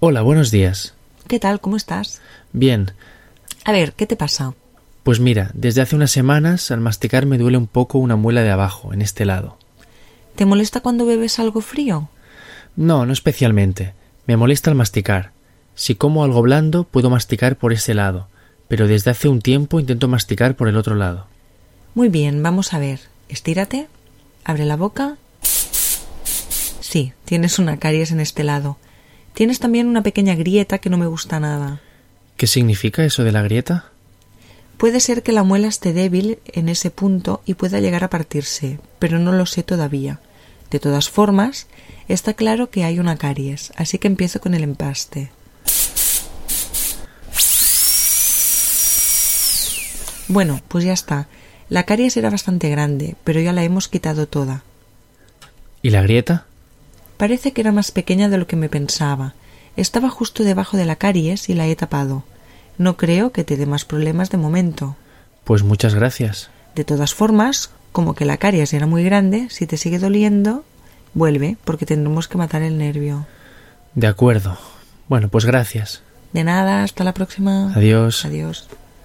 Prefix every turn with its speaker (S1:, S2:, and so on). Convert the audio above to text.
S1: Hola, buenos días.
S2: ¿Qué tal? ¿Cómo estás?
S1: Bien,
S2: A ver, ¿qué te pasa?
S1: pues mira, desde hace unas semanas al masticar me duele un poco una muela de abajo, en este lado.
S2: ¿Te molesta cuando bebes algo frío?
S1: No, no especialmente. Me molesta al masticar. Si como algo blando, puedo masticar por ese lado, pero desde hace un tiempo intento masticar por el otro lado.
S2: Muy bien, vamos a ver. Estírate. Abre la boca. Sí, tienes una caries en este lado. Tienes también una pequeña grieta que no me gusta nada.
S1: ¿Qué significa eso de la grieta?
S2: Puede ser que la muela esté débil en ese punto y pueda llegar a partirse, pero no lo sé todavía. De todas formas, está claro que hay una caries, así que empiezo con el empaste. Bueno, pues ya está. La caries era bastante grande, pero ya la hemos quitado toda.
S1: ¿Y la grieta?
S2: Parece que era más pequeña de lo que me pensaba. Estaba justo debajo de la caries y la he tapado. No creo que te dé más problemas de momento.
S1: Pues muchas gracias.
S2: De todas formas, como que la caries era muy grande, si te sigue doliendo, vuelve, porque tendremos que matar el nervio.
S1: De acuerdo. Bueno, pues gracias.
S2: De nada, hasta la próxima.
S1: Adiós.
S2: Adiós.